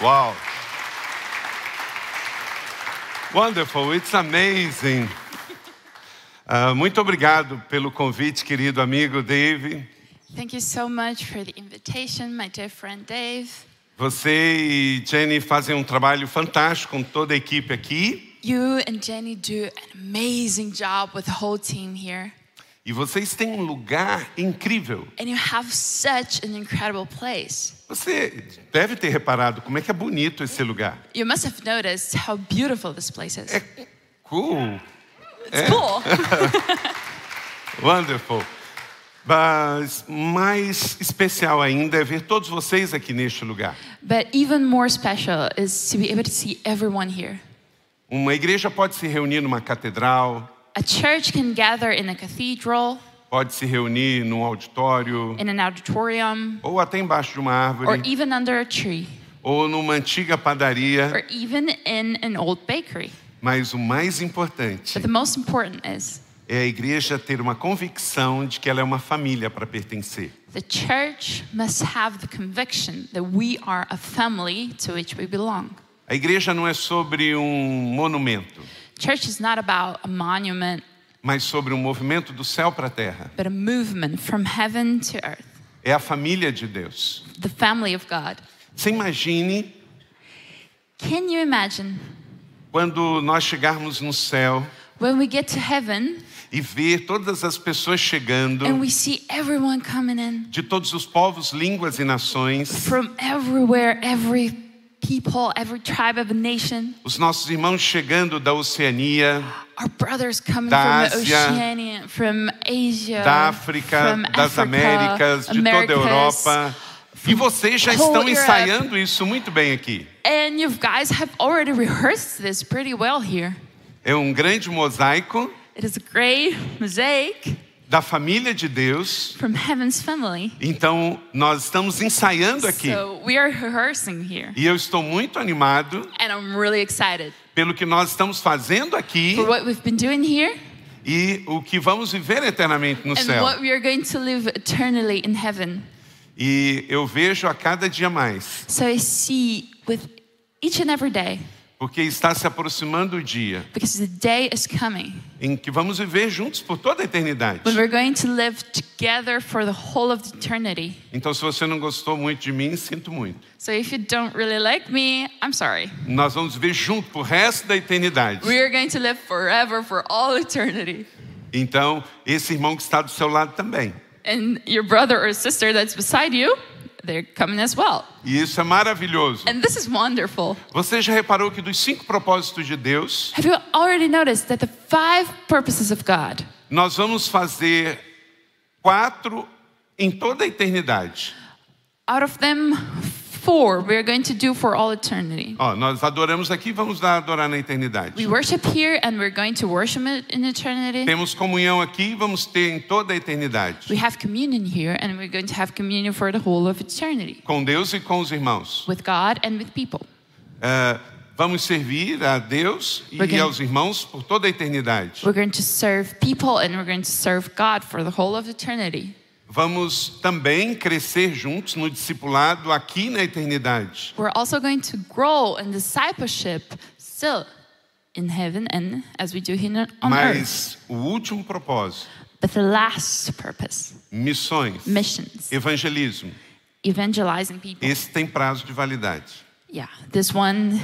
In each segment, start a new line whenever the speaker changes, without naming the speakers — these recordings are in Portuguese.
Wow. Wonderful, it's amazing. Ah, muito obrigado pelo convite, querido amigo Dave.
Thank you so much for the invitation, my dear friend Dave.
Você e Jenny fazem um trabalho fantástico com toda a equipe aqui.
You and Jenny do an amazing job with the whole team here.
E vocês têm um lugar incrível.
And you have such an incredible place.
Você deve ter reparado como é que é bonito esse lugar.
You must have noticed how beautiful this place is.
É cool,
It's cool.
wonderful. Mas mais especial ainda é ver todos vocês aqui neste lugar.
but even more special is to be able to see everyone here.
Uma igreja pode se reunir numa catedral,
A church can gather in a cathedral,
pode se reunir num auditório,
in an auditorium,
ou até embaixo de uma
or
árvore,
even under a tree,
ou numa antiga padaria.
or even in an old bakery.
Mas o mais importante
But the most important is
é a igreja ter uma convicção de que ela é uma família para pertencer.
the church must have the conviction that we are a family to which we belong.
A igreja não é sobre um monumento,
Church is not about a monument,
mas sobre um movimento do céu para a terra.
but a movement from heaven to earth,
É a família de Deus.
the family of God.
Você imagine
Can you imagine
quando nós chegarmos no céu
when we get to heaven
e ver todas as pessoas chegando
and we see everyone coming in
de todos os povos, línguas e nações,
from everywhere, every people, every tribe of a nation,
os nossos irmãos chegando da Oceania,
our brothers coming
Da
from the
Ásia,
Oceania, from Asia,
da África,
from
das
Africa,
Américas, de toda a
Americas.
Europa. E vocês já
whole
estão
Europe.
ensaiando isso muito bem aqui.
And you guys have already rehearsed this pretty well here.
É um grande mosaico
It is a great mosaic
da família de Deus.
from heaven's family.
Então, nós estamos ensaiando aqui.
So we are rehearsing here.
E eu estou muito animado
And I'm really excited
pelo que nós estamos fazendo aqui
for what we've been doing here
e o que vamos viver eternamente no
and
céu.
what we are going to live eternally in heaven.
E eu vejo a cada dia mais,
So I see with each and every day,
porque está se aproximando o dia
because the day is coming
em que vamos viver juntos por toda a eternidade.
when we're going to live together for the whole of eternity.
Então, se você não gostou muito de mim, sinto muito.
So if you don't really like me, I'm sorry.
Nós vamos viver junto pro resto da eternidade.
We are going to live forever for all eternity.
Então, esse irmão que está do seu lado também.
And your brother or sister that's beside you, they're coming as well.
E isso é maravilhoso.
And this is wonderful.
Você já reparou que dos cinco propósitos de Deus,
Have you already noticed that the five purposes of God,
nós vamos fazer quatro em toda a eternidade.
out of them, four we are going to do for all eternity?
Ó, nós adoramos aqui, vamos lá adorar na
We
eternidade.
worship here and we're going to worship it in eternity.
Temos comunhão aqui, vamos ter em toda a eternidade.
We have communion here and we're going to have communion for the whole of eternity
Com Deus e com os irmãos.
with God and with people.
É, vamos servir a Deus e
Porque-
aos irmãos por toda a eternidade.
We're going to serve people and we're going to serve God for the whole of eternity.
Vamos também crescer juntos no discipulado aqui na eternidade.
We're also going to grow in discipleship still in heaven and as we do here on earth.
Mas o último propósito,
But the last purpose,
missões,
missions,
evangelismo,
evangelizing people.
esse tem prazo de validade.
Yeah, this one,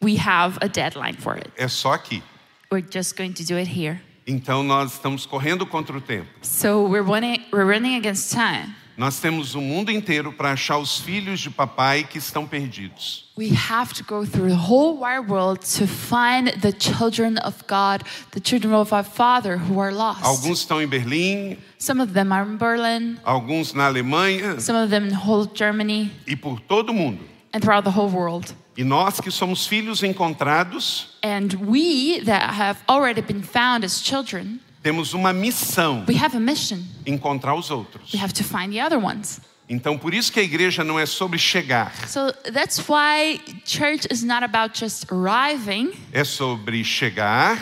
we have a deadline for it.
É só aqui.
We're just going to do it here.
Então nós estamos correndo contra o tempo.
So we're running, we're running against time.
Nós temos o mundo inteiro para achar os filhos de papai que estão perdidos.
We have to go through the whole wide world to find the children of God, the children of our Father who are lost.
Alguns estão em Berlim,
Some of them are in Berlin,
alguns na Alemanha
some of them in whole Germany,
e por todo o mundo.
and throughout the whole world.
E nós que somos filhos encontrados,
And we that have already been found as children,
temos uma missão,
we have a mission.
encontrar os outros.
We have to find the other ones.
Então, por isso que a igreja não é sobre chegar,
So that's why church is not about just arriving,
é sobre chegar,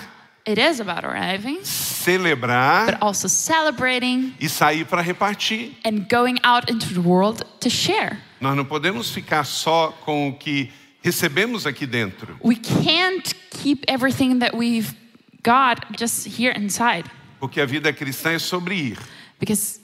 it is about arriving,
celebrar
but also celebrating
e sair para repartir.
and going out into the world to share.
Nós não podemos ficar só com o que recebemos aqui dentro.
We can't keep everything that we've got just here inside
Porque a vida cristã é sobre ir,
because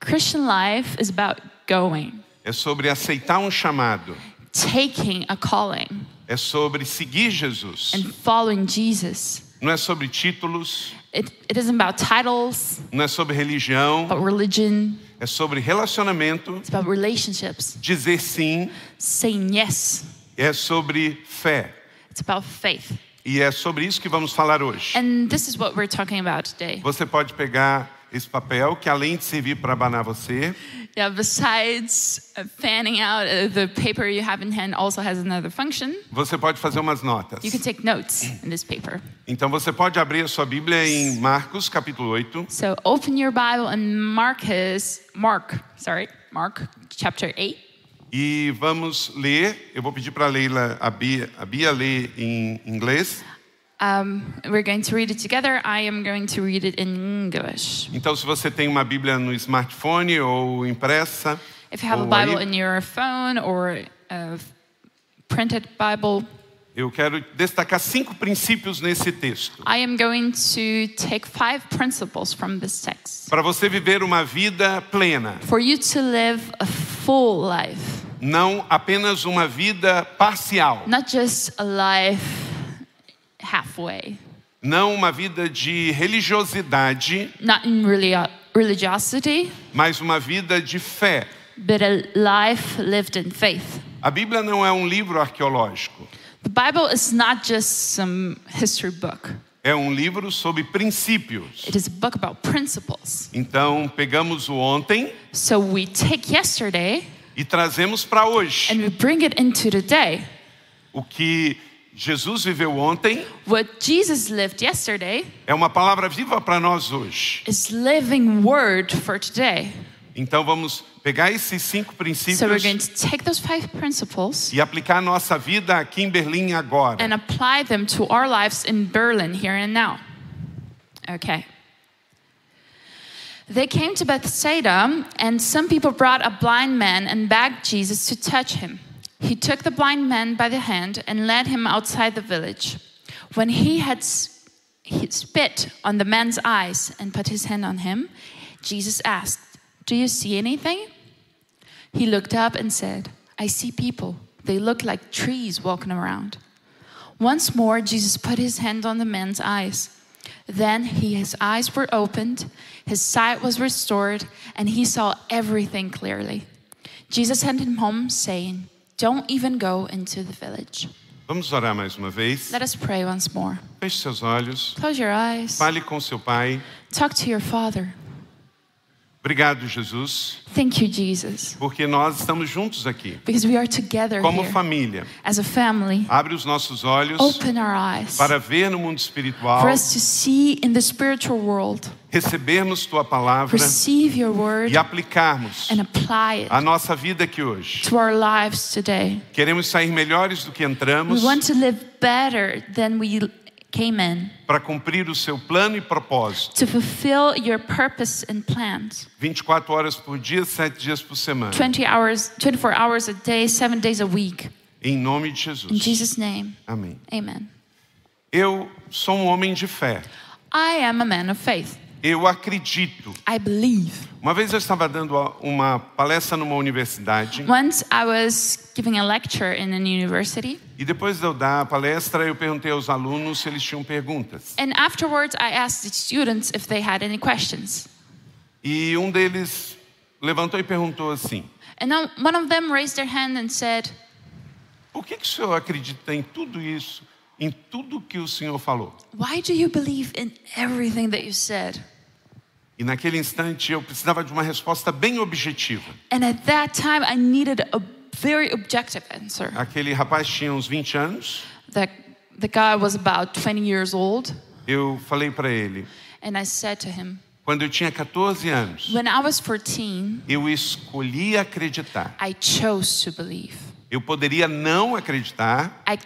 Christian life is about going,
é sobre aceitar um chamado,
taking a calling,
é sobre seguir Jesus.
and following Jesus.
Não é sobre títulos,
It, it isn't about titles,
não é sobre religião,
about religion,
é sobre relacionamento,
it's about relationships,
dizer sim,
saying yes,
é sobre fé.
it's about faith.
E é sobre isso que vamos falar hoje.
And this is what we're talking about today.
Você pode pegar esse papel que além de servir para abanar você,
Yeah, besides uh, fanning out, uh, the paper you have in hand also has another function.
você pode fazer umas notas.
You can take notes in this paper.
Então você pode abrir a sua Bíblia em Marcos capítulo 8,
So open your Bible and Marcus, Mark, sorry, Mark chapter 8.
E vamos ler, eu vou pedir para a Leila, a Bia, a Bia ler em inglês.
Um, we're going to read it together. I am going to read it in English.
Então, se você tem uma Bíblia no smartphone ou impressa,
If you have a
ou aí,
Bible in your phone or a printed Bible,
eu quero destacar cinco princípios nesse texto.
I am going to take five principles from this text.
Para você viver uma vida plena,
For you to live a full life,
não apenas uma vida parcial,
not just a life halfway,
não uma vida de religiosidade,
not in relia- religiosity,
mas uma vida de fé.
but a life lived in faith.
A Bíblia não é um livro arqueológico,
The Bible is not just some history book.
é um livro sobre princípios.
It is a book about principles.
Então, pegamos o ontem
So we take yesterday
e trazemos para hoje.
and we bring it into today.
O que Jesus viveu ontem
What Jesus lived yesterday
é uma palavra viva para nós hoje.
is living word for today.
Então vamos pegar esses cinco
So we're going
princípios
to take those five principles
e aplicar a nossa vida aqui em Berlim agora.
and apply them to our lives in Berlin here and now. Okay. They came to Bethsaida, and some people brought a blind man and begged Jesus to touch him. He took the blind man by the hand and led him outside the village. When he had s- he spit on the man's eyes and put his hand on him, Jesus asked, Do you see anything? He looked up and said, I see people. They look like trees walking around. Once more, Jesus put his hand on the man's eyes. Then he, his eyes were opened, his sight was restored, and he saw everything clearly. Jesus sent him home, saying, Don't even go into the village.
Vamos orar mais uma vez.
Let us pray once more.
Feche seus olhos.
Close your eyes.
Fale com seu pai.
Talk to your father.
Obrigado, Jesus,
Thank you, Jesus,
porque nós estamos juntos aqui,
because we are together
como
here
família.
as a family.
Abre os nossos olhos
Open our eyes
para ver no mundo espiritual,
for us to see in the spiritual world,
recebermos tua palavra
receive your
e
word,
aplicarmos
and apply it.
a nossa vida aqui hoje.
to our lives today.
Queremos sair melhores do que entramos
We want to live better than we came in,
para cumprir o seu plano e propósito.
to fulfill your purpose and plans.
24 horas por dia, 7 dias por semana.
20 hours, 24 hours a day, 7 days a week.
Em nome de
In
Jesus.
Jesus name.
Amém.
Amen.
Eu sou um homem de fé.
I am a man of faith.
Eu acredito.
I believe.
Uma vez eu estava dando a- uma palestra numa universidade
Once I was giving a lecture in an university,
e depois de eu dar a palestra, eu perguntei aos alunos se eles tinham perguntas.
and afterwards I asked the students if they had any questions.
E um deles levantou e perguntou assim:
And then one of them raised their hand and said,
"Por que que o senhor acredita em tudo isso, em tudo que o senhor falou?"
Why do you believe in everything that you said?
E naquele instante eu precisava de uma resposta bem objetiva.
And at that time, I needed a very objective answer.
Aquele rapaz tinha uns 20 anos.
The, the guy was about 20 years old,
Eu falei para ele,
and I said to him,
quando eu tinha 14 anos,
When I was 14,
eu escolhi acreditar.
I chose to believe.
Eu poderia não acreditar,
I,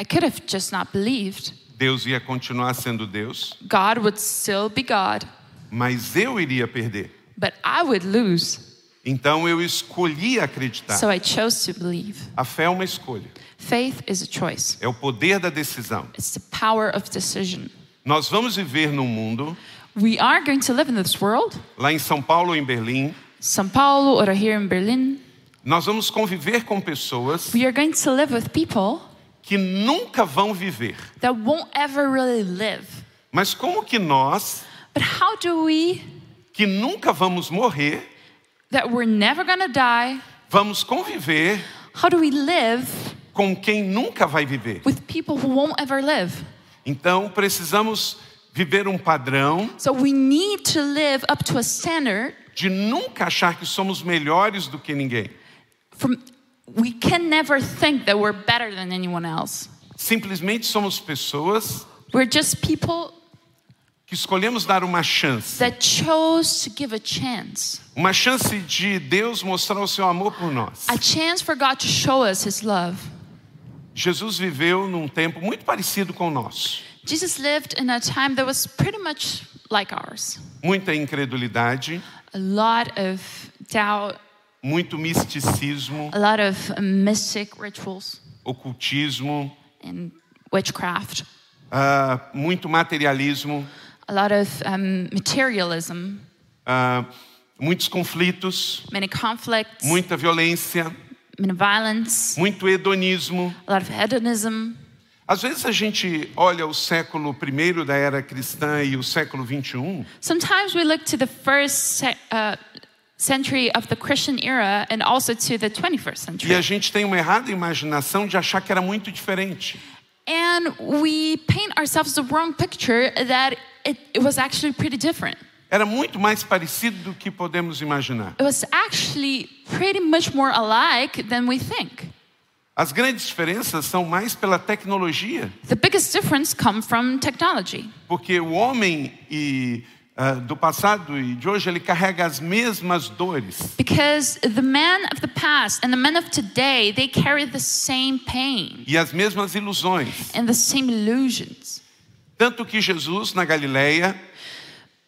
I could have just not believed.
Deus ia continuar sendo Deus,
God would still be God,
mas eu iria perder.
but I would lose.
Então eu escolhi acreditar.
So I chose to believe.
A fé é uma escolha,
Faith is a choice,
é o poder da decisão.
it's the power of decision.
Nós vamos viver num mundo,
We are going to live in this world,
lá em São Paulo ou em Berlim,
Sao Paulo or here in Berlin.
nós vamos conviver com pessoas
We are going to live with people
que nunca vão viver.
that won't ever really live.
Mas como que nós,
But how do we,
que nunca vamos morrer,
that we're never gonna die,
vamos conviver
how do we live
com quem nunca vai viver?
with people who won't ever live?
Então precisamos viver um padrão
So we need to live up to a standard
de nunca achar que somos melhores do que ninguém.
from we can never think that we're better than anyone else.
Simplesmente somos pessoas
We're just people
que escolhemos dar uma chance,
that chose to give a chance.
uma chance de Deus mostrar o seu amor por nós.
A chance for God to show us his love.
Jesus viveu num tempo muito parecido com o nosso.
Jesus lived in a time that was pretty much like ours.
Muita incredulidade,
A lot of doubt,
muito misticismo,
a lot of um, mystic rituals
ocultismo,
and witchcraft,
ah, muito materialismo,
a lot of um, materialism,
ah, muitos conflitos,
many conflicts,
muita violência,
many violence,
muito hedonismo.
a lot of hedonism.
Às vezes a gente olha o século I da era cristã e um, o século XXI
Sometimes we look to the first se- uh, century of the Christian era and also to the 21st century.
e a gente tem uma errada imaginação de achar que era muito diferente.
And we paint ourselves the wrong picture that it, it was actually pretty different.
Era muito mais parecido do que podemos imaginar.
It was actually pretty much more alike than we think.
As grandes diferenças são mais pela tecnologia,
The biggest difference come from technology.
porque o homem e, ah, do passado e de hoje ele carrega as mesmas dores.
Because the men of the past and the men of today, they carry the same pain
e as mesmas ilusões.
and the same illusions.
Tanto que Jesus, na Galileia,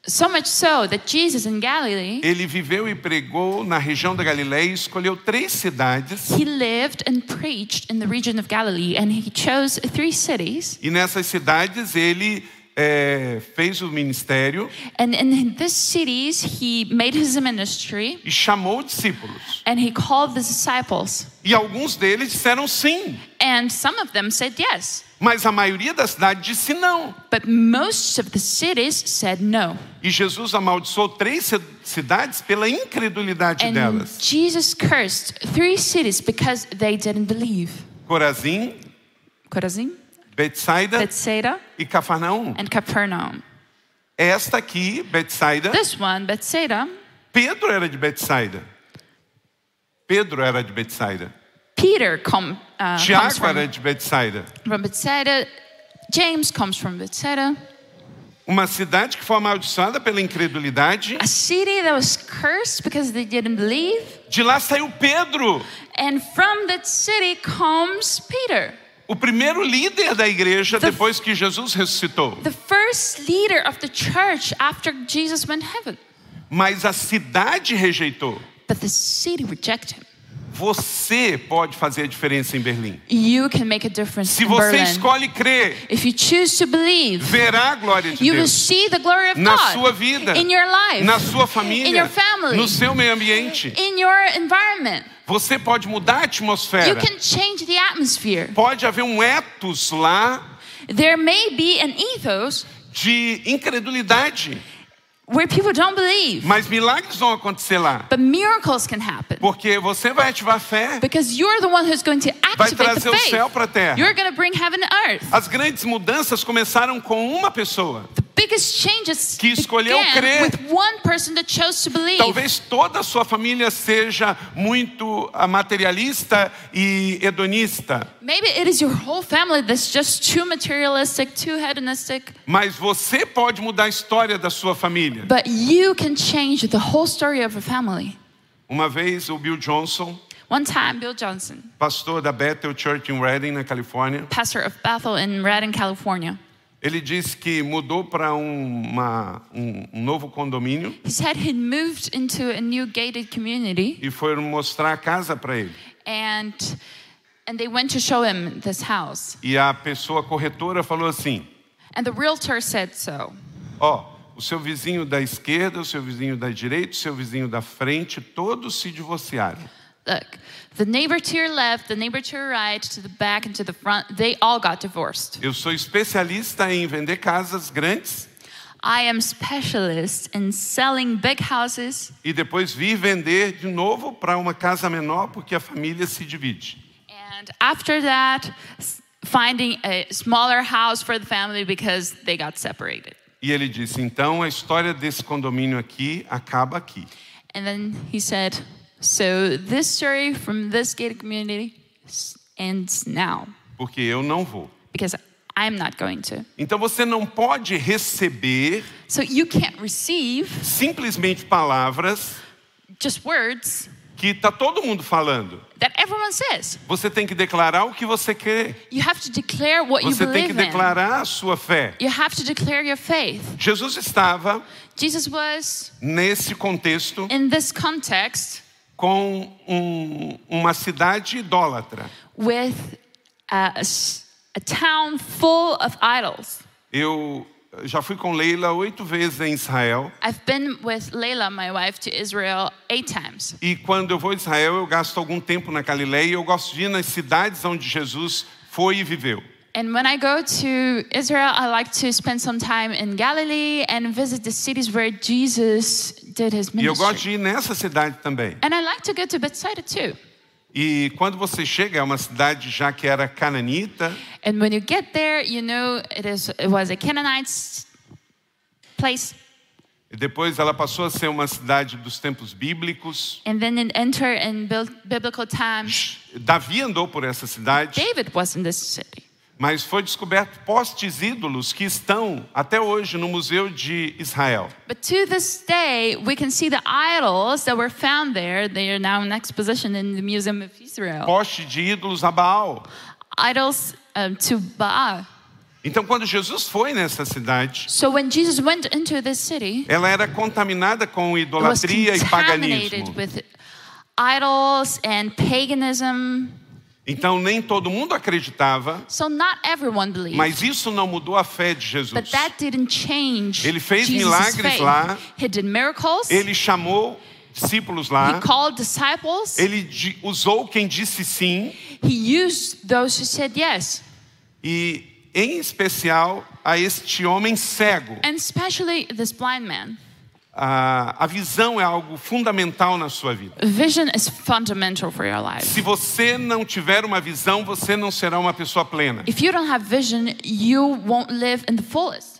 So much so that Jesus in Galilee,
ele viveu e pregou na região da Galileia e escolheu três cidades,
he lived and preached in the region of Galilee, and he chose three cities.
e nessas cidades ele eh, fez o ministério
And in these cities, he made his ministry
e chamou discípulos.
and he called the disciples.
E alguns deles disseram sim,
And some of them said yes,
mas a maioria da cidade disse não.
but most of the cities said no.
E Jesus amaldiçoou três ci- cidades pela incredulidade
And
delas:
Jesus cursed three cities because they didn't believe
Corazim,
Chorazin,
Betsaida
Bethsaida,
e Cafarnaum.
and Capernaum.
Esta aqui, Betsaida,
This one, Bethsaida,
Pedro era de Betsaida. Pedro era de Betsaida.
Ah, Peter com, uh, comes
Tiago
from,
era de Betsaida.
from Bethsaida, James comes from Bethsaida.
Uma cidade que foi amaldiçoada pela incredulidade.
a city that was cursed because they didn't believe.
De lá saiu Pedro,
And from that city comes Peter,
o primeiro líder da igreja
The-
depois que Jesus ressuscitou.
the first leader of the church after Jesus went heaven.
Mas a cidade rejeitou.
But the city rejected him.
Você pode fazer a diferença em Berlim.
You can make a difference
Se
in
você
Berlin.
escolhe crer,
if you choose to believe,
verá a glória de
you will
Deus
see the glory of
na
God
sua vida,
in your life,
na sua
in
família,
your family,
no seu meio ambiente.
in your environment.
Você pode mudar a
You
atmosfera.
can change the atmosphere.
Pode haver um etos lá
There may be an ethos
de incredulidade,
where people don't believe,
mas milagres vão acontecer lá.
but miracles can happen.
Porque você vai ativar a fé,
Because you're the one who's going to
vai
activate the
trazer o
faith.
céu para a terra.
You're going to bring heaven and earth.
As grandes mudanças começaram com uma pessoa.
The biggest changes
Que escolheu
began
crer.
with one person that chose to believe.
Talvez toda a sua família seja muito ah, materialista e hedonista,
Maybe it is your whole family that's just too materialistic, too hedonistic.
mas você pode mudar a história da sua família.
But you can change the whole story of a family.
Uma vez o Bill Johnson,
One time, Bill Johnson,
pastor da Bethel Church em Redding, na Califórnia,
pastor of Bethel in Redding, California,
Ele disse que mudou para uma- um, um novo condomínio
He said he moved into a new gated community
e foram mostrar a casa para ele.
and and they went to show him this house.
E a pessoa corretora falou assim:
And the realtor said so.
Ó, o seu vizinho da esquerda, o seu vizinho da direita, o seu vizinho da frente, todos se divorciaram.
Look, the neighbor to your left, the neighbor to your right, to the back and to the front, they all got divorced.
Eu sou especialista em vender casas grandes
I am specialist in selling big houses
e depois vir vender de novo para uma casa menor porque a família se divide.
and after that s- finding a smaller house for the family because they got separated.
E ele disse: então a história desse condomínio aqui acaba aqui.
And then he said, So this story from this gated community s- ends now
porque eu não vou.
because I'm not going to.
Então você não pode receber
So you can't receive
simplesmente palavras
just words
que tá todo mundo falando.
that everyone says.
Você tem que declarar o que você quer.
You have to declare what you
Você tem que
believe in.
declarar a sua fé.
You have to declare your faith.
Jesus estava
Jesus was
nesse contexto
in this context
com um- uma cidade idólatra.
with a, a s- a town full of idols.
Eu já fui com Leila oito vezes em Israel
I've been with Layla, my wife, to Israel eight times.
e quando eu vou a Israel eu gasto algum tempo na Galileia e eu gosto de ir nas cidades onde Jesus foi e viveu.
And when I go to Israel, I like to spend some time in Galilee and visit the cities where Jesus did his
E eu
ministry.
gosto de ir nessa cidade também.
And I like to go to Bethsaida too.
E quando você chega, é uma cidade já que era cananita,
And when you get there, you know it is it was a Canaanite place,
e depois ela passou a ser uma cidade dos tempos bíblicos.
and then it enter in bil- biblical times.
Davi andou por essa cidade,
David was in this city,
mas foi descoberto postes ídolos que estão até hoje no Museu de Israel.
but to this day, we can see the idols that were found there. They are now in exposition in the Museum of Israel.
Poste de ídolos a Baal.
Idols um, to Baal.
Então, quando Jesus foi nessa cidade,
So when Jesus went into this city,
ela era contaminada com
it was
idolatria e
contaminated
paganismo.
with idols and paganism.
Então, nem todo mundo acreditava,
So not everyone believed.
mas isso não mudou a fé de Jesus.
but that didn't change
Ele fez
Jesus'
milagres
faith.
lá.
He did miracles.
Ele chamou discípulos lá.
he called disciples.
Ele di- usou quem disse sim
he used those who said yes.
e em especial a este homem cego.
And especially this blind man.
A, a visão é algo fundamental na sua vida.
Vision is fundamental for your life.
Se você não tiver uma visão, você não será uma pessoa plena.
If you don't have vision, you won't live in the fullest.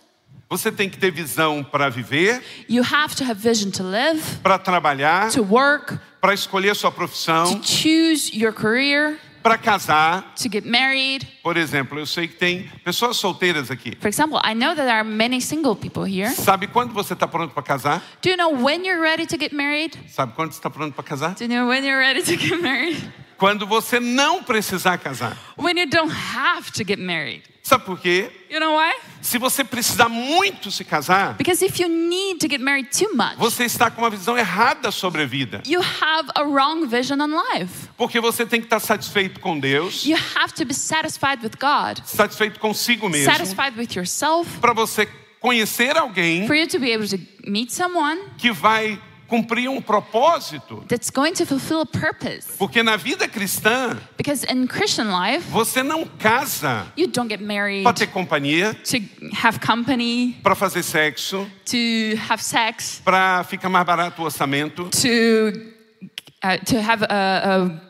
Você tem que ter visão para viver,
You have to have vision to live,
para trabalhar,
to work,
para escolher sua
to
profissão,
choose your career,
para casar.
to get married.
Por exemplo, eu sei que tem pessoas solteiras aqui.
For example, I know that there are many single people here.
Sabe quando você está pronto para casar?
Do you know when you're ready to get married?
Sabe quando você está pronto para casar?
Do you know when you're ready to get married?
Quando você não precisar casar.
When you don't have to get married.
Sabe por quê?
You know why?
Se você precisar muito se casar,
Because if you need to get married too much,
você está com uma visão errada sobre a vida.
you have a wrong vision on life.
Porque você tem que estar satisfeito com Deus,
You have to be satisfied with God,
satisfeito consigo mesmo,
satisfied with yourself,
para você conhecer alguém
for you to be able to meet someone
que vai cumprir um propósito.
that's going to fulfill a purpose.
Porque na vida cristã,
Because in Christian life,
você não casa
you don't get married
para ter companhia,
to have company,
para fazer sexo,
to have sex,
para ficar mais barato o orçamento.
to uh, to have a, a, a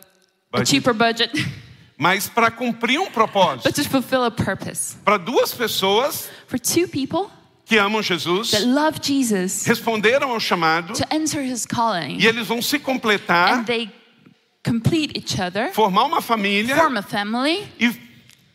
Budget.
cheaper budget,
Mas para cumprir um propósito,
but to fulfill a purpose
para duas pessoas
for two people
que amam Jesus,
that love Jesus
responderam ao chamado
to enter His calling,
e eles vão se completar,
and they complete each other,
formar uma família
form a family,
e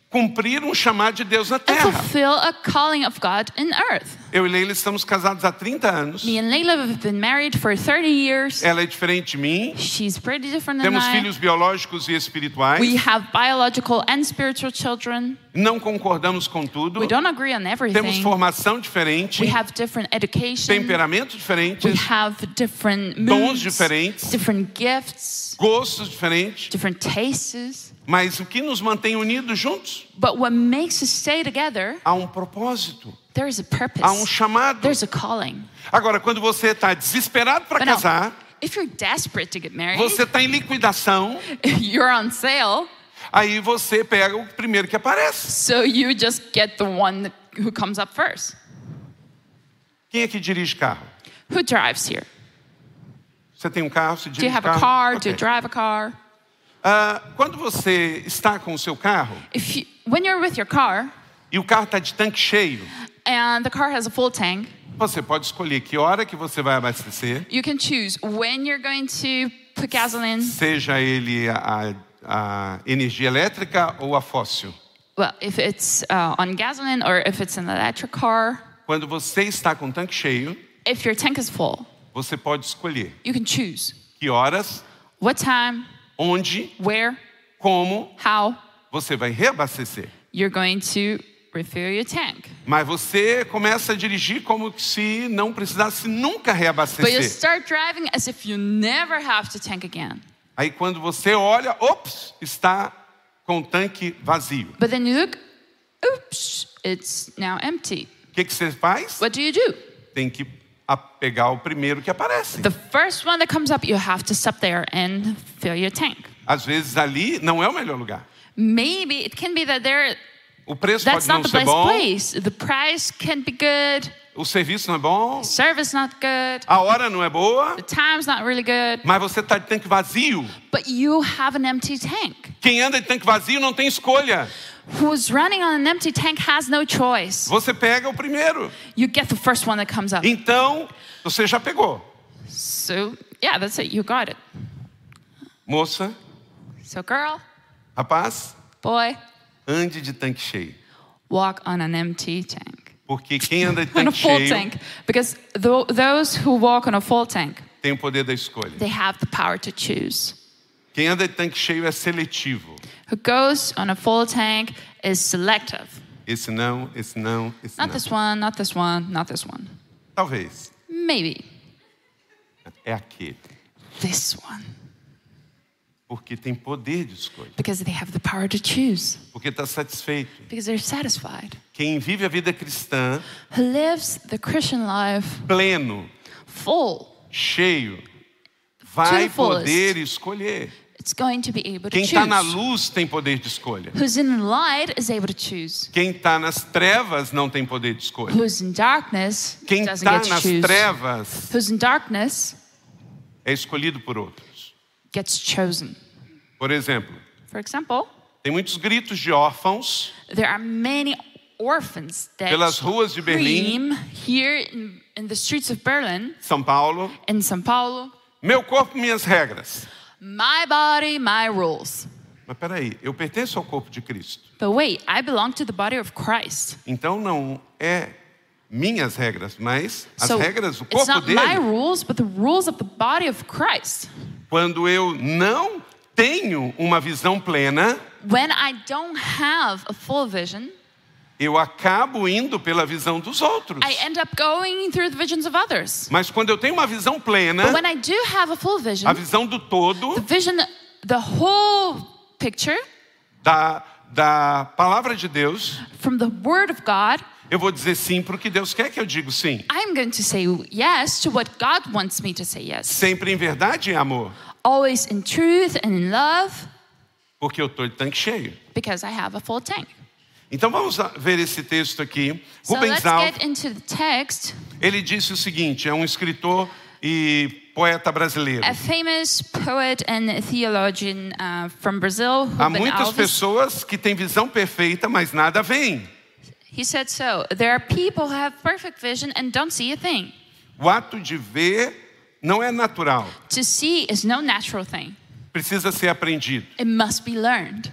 cumprir um chamado de Deus na
and
terra.
fulfill a calling of God in earth.
Eu e Leila estamos casados há 30 anos.
Me and Layla have been married for 30 years.
Ela é diferente de mim.
She's pretty different than
Temos
I.
filhos biológicos e
é We
espirituais.
have biological and spiritual children.
Não concordamos com tudo.
We don't agree on
Temos
everything.
formação diferente,
We have different education.
temperamentos
We
diferentes,
have different
Dons
moods,
diferentes.
different gifts,
gostos diferentes.
different tastes.
Mas o que nos mantém unidos juntos?
But what makes us stay together,
Há um propósito,
there is a purpose.
há um chamado.
There's a calling.
Agora, quando você está desesperado para
But now,
casar,
if you're desperate to get married,
você está em liquidação,
you're on sale,
aí você pega o primeiro que aparece.
so you just get the one that- who comes up first.
Quem é que dirige carro?
Who drives here?
Você tem um carro, você
Do you
dirige
have a
carro?
car? Do
Ok.
you drive a car?
Ah, quando você está com o seu carro
If you, when you're with your car
e o carro está de tanque cheio,
and the car has a full tank,
você pode escolher que hora que você vai abastecer,
you can choose when you're going to put gasoline.
seja ele a, a energia elétrica ou a fóssil.
Well, if it's uh, on gasoline or if it's an electric car,
Quando você está com o tanque cheio,
if your tank is full,
você pode escolher
you can choose
que horas,
what time,
onde,
where,
como
how
você vai reabastecer.
you're going to refill your tank.
Mas você começa a dirigir como se não precisasse nunca
But you
reabastecer.
start driving as if you never have to tank again.
Aí quando você olha, ops, está com o tanque vazio.
But then you look, oops, it's now empty.
O que, que você faz?
What do you do?
Tem que a- pegar o primeiro que aparece.
The first one that comes up, you have to stop there and fill your tank.
Às vezes ali não é o melhor lugar.
Maybe it can be that there
O preço pode
that's not
não
the
ser
best
bom,
place. The price can be good,
o serviço não é bom,
service not good,
a hora não é boa,
the time's not really good,
mas você está de tanque vazio.
but you have an empty tank.
Quem anda de tanque vazio não tem escolha.
Who's running on an empty tank has no choice.
Você pega o primeiro.
You get the first one that comes up.
Então, você já pegou.
So, yeah, that's it. You got it.
Moça,
So, girl,
rapaz,
boy,
ande de tanque cheio.
walk on an empty tank.
Porque quem anda de
On a
tanque
full
cheio
tank. Because tho- those who walk on a full tank,
tem o poder da escolha.
they have the power to choose.
Quem anda de tanque cheio é seletivo.
Who goes on a full tank is selective.
Esse não, esse não, esse
Not
não.
this one, not this one, not this one.
Talvez.
Maybe
É aquele.
this one.
Porque tem poder de escolha.
Because they have the power to choose.
Porque está satisfeito.
Because they're satisfied.
Quem vive a vida cristã
Who lives the Christian life
pleno,
full.
cheio, vai
To the fullest.
poder escolher.
It's going to be able to
Quem está na
choose.
luz tem poder de escolha.
Who's in light is able to choose.
Quem está nas trevas não tem poder de escolha.
Who's in darkness
Quem
doesn't
está
get to
nas
choose.
trevas
Who's in darkness
é escolhido por outros.
gets chosen.
Por exemplo,
For example,
tem muitos gritos de órfãos
there are many orphans that
pelas ruas de Berlim,
scream here in, in the streets of Berlin,
São Paulo.
in São Paulo,
Meu corpo, minhas regras.
my body, my rules.
Mas peraí, eu pertenço ao corpo de Cristo.
But wait, I belong to the body of Christ.
Então não é minhas regras, mas as
so
regras, o
it's
corpo
not my
dele.
rules, but the rules of the body of Christ.
Quando eu não tenho uma visão plena,
When I don't have a full vision,
eu acabo indo pela visão dos outros.
I end up going through the visions of others.
Mas quando eu tenho uma visão plena,
But when I do have a full vision,
a visão do todo,
the vision, the whole picture
da, da palavra de Deus,
from the Word of God,
eu vou dizer sim para o que Deus quer que eu diga sim.
I'm going to say yes to what God wants me to say yes.
Sempre em verdade e amor,
Always in truth and in love,
porque eu estou de tanque cheio.
because I have a full tank.
Então vamos a- ver esse texto aqui.
So
Rubens
let's
Alves,
get into the text.
ele disse o seguinte, é um escritor e poeta brasileiro.
A famous poet and theologian uh, from Brazil,
Há
Ruben
muitas
Alves,
pessoas que têm visão perfeita, mas nada vem.
he said so. There are people who have perfect vision and don't see a thing.
O ato de ver não é natural,
To see is no natural thing.
precisa ser aprendido.
It must be learned.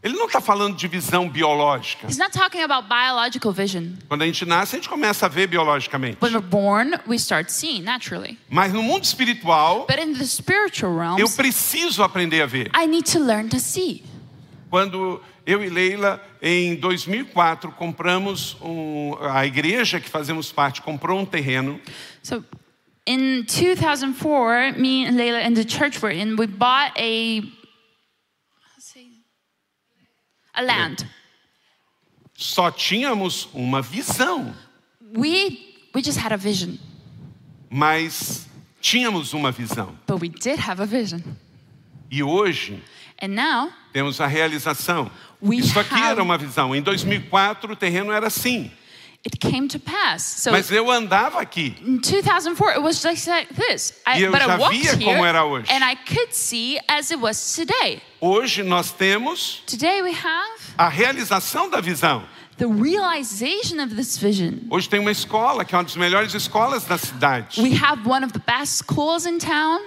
Ele não está falando de visão biológica.
He's not talking about biological vision.
Quando a gente nasce, a gente começa a ver biologicamente.
When we're born, we start seeing naturally.
Mas no mundo espiritual,
But in the spiritual
eu
realms,
preciso aprender a ver.
I need to learn to see.
Quando eu e Leila, em 2004, compramos um, a igreja que fazemos parte comprou um terreno
So in 2004, me and Layla and the church we're in, we bought a I'll say- a land.
só tínhamos uma visão,
We we just had a vision,
mas tínhamos uma visão.
but we did have a vision.
E hoje
And now
temos a realização.
We
Isso aqui
have-
era uma visão. Em 2004 o terreno era assim,
it came to pass. So
mas eu andava aqui.
in 2004, it was just like this.
E
I,
eu
but
já
I walked
via
here,
como era hoje.
and I could see as it was today.
Hoje nós temos
Today we have
a realização da visão.
the realization of this vision.
Hoje tem uma escola que é uma das melhores escolas da cidade.
We have one of the best schools in town.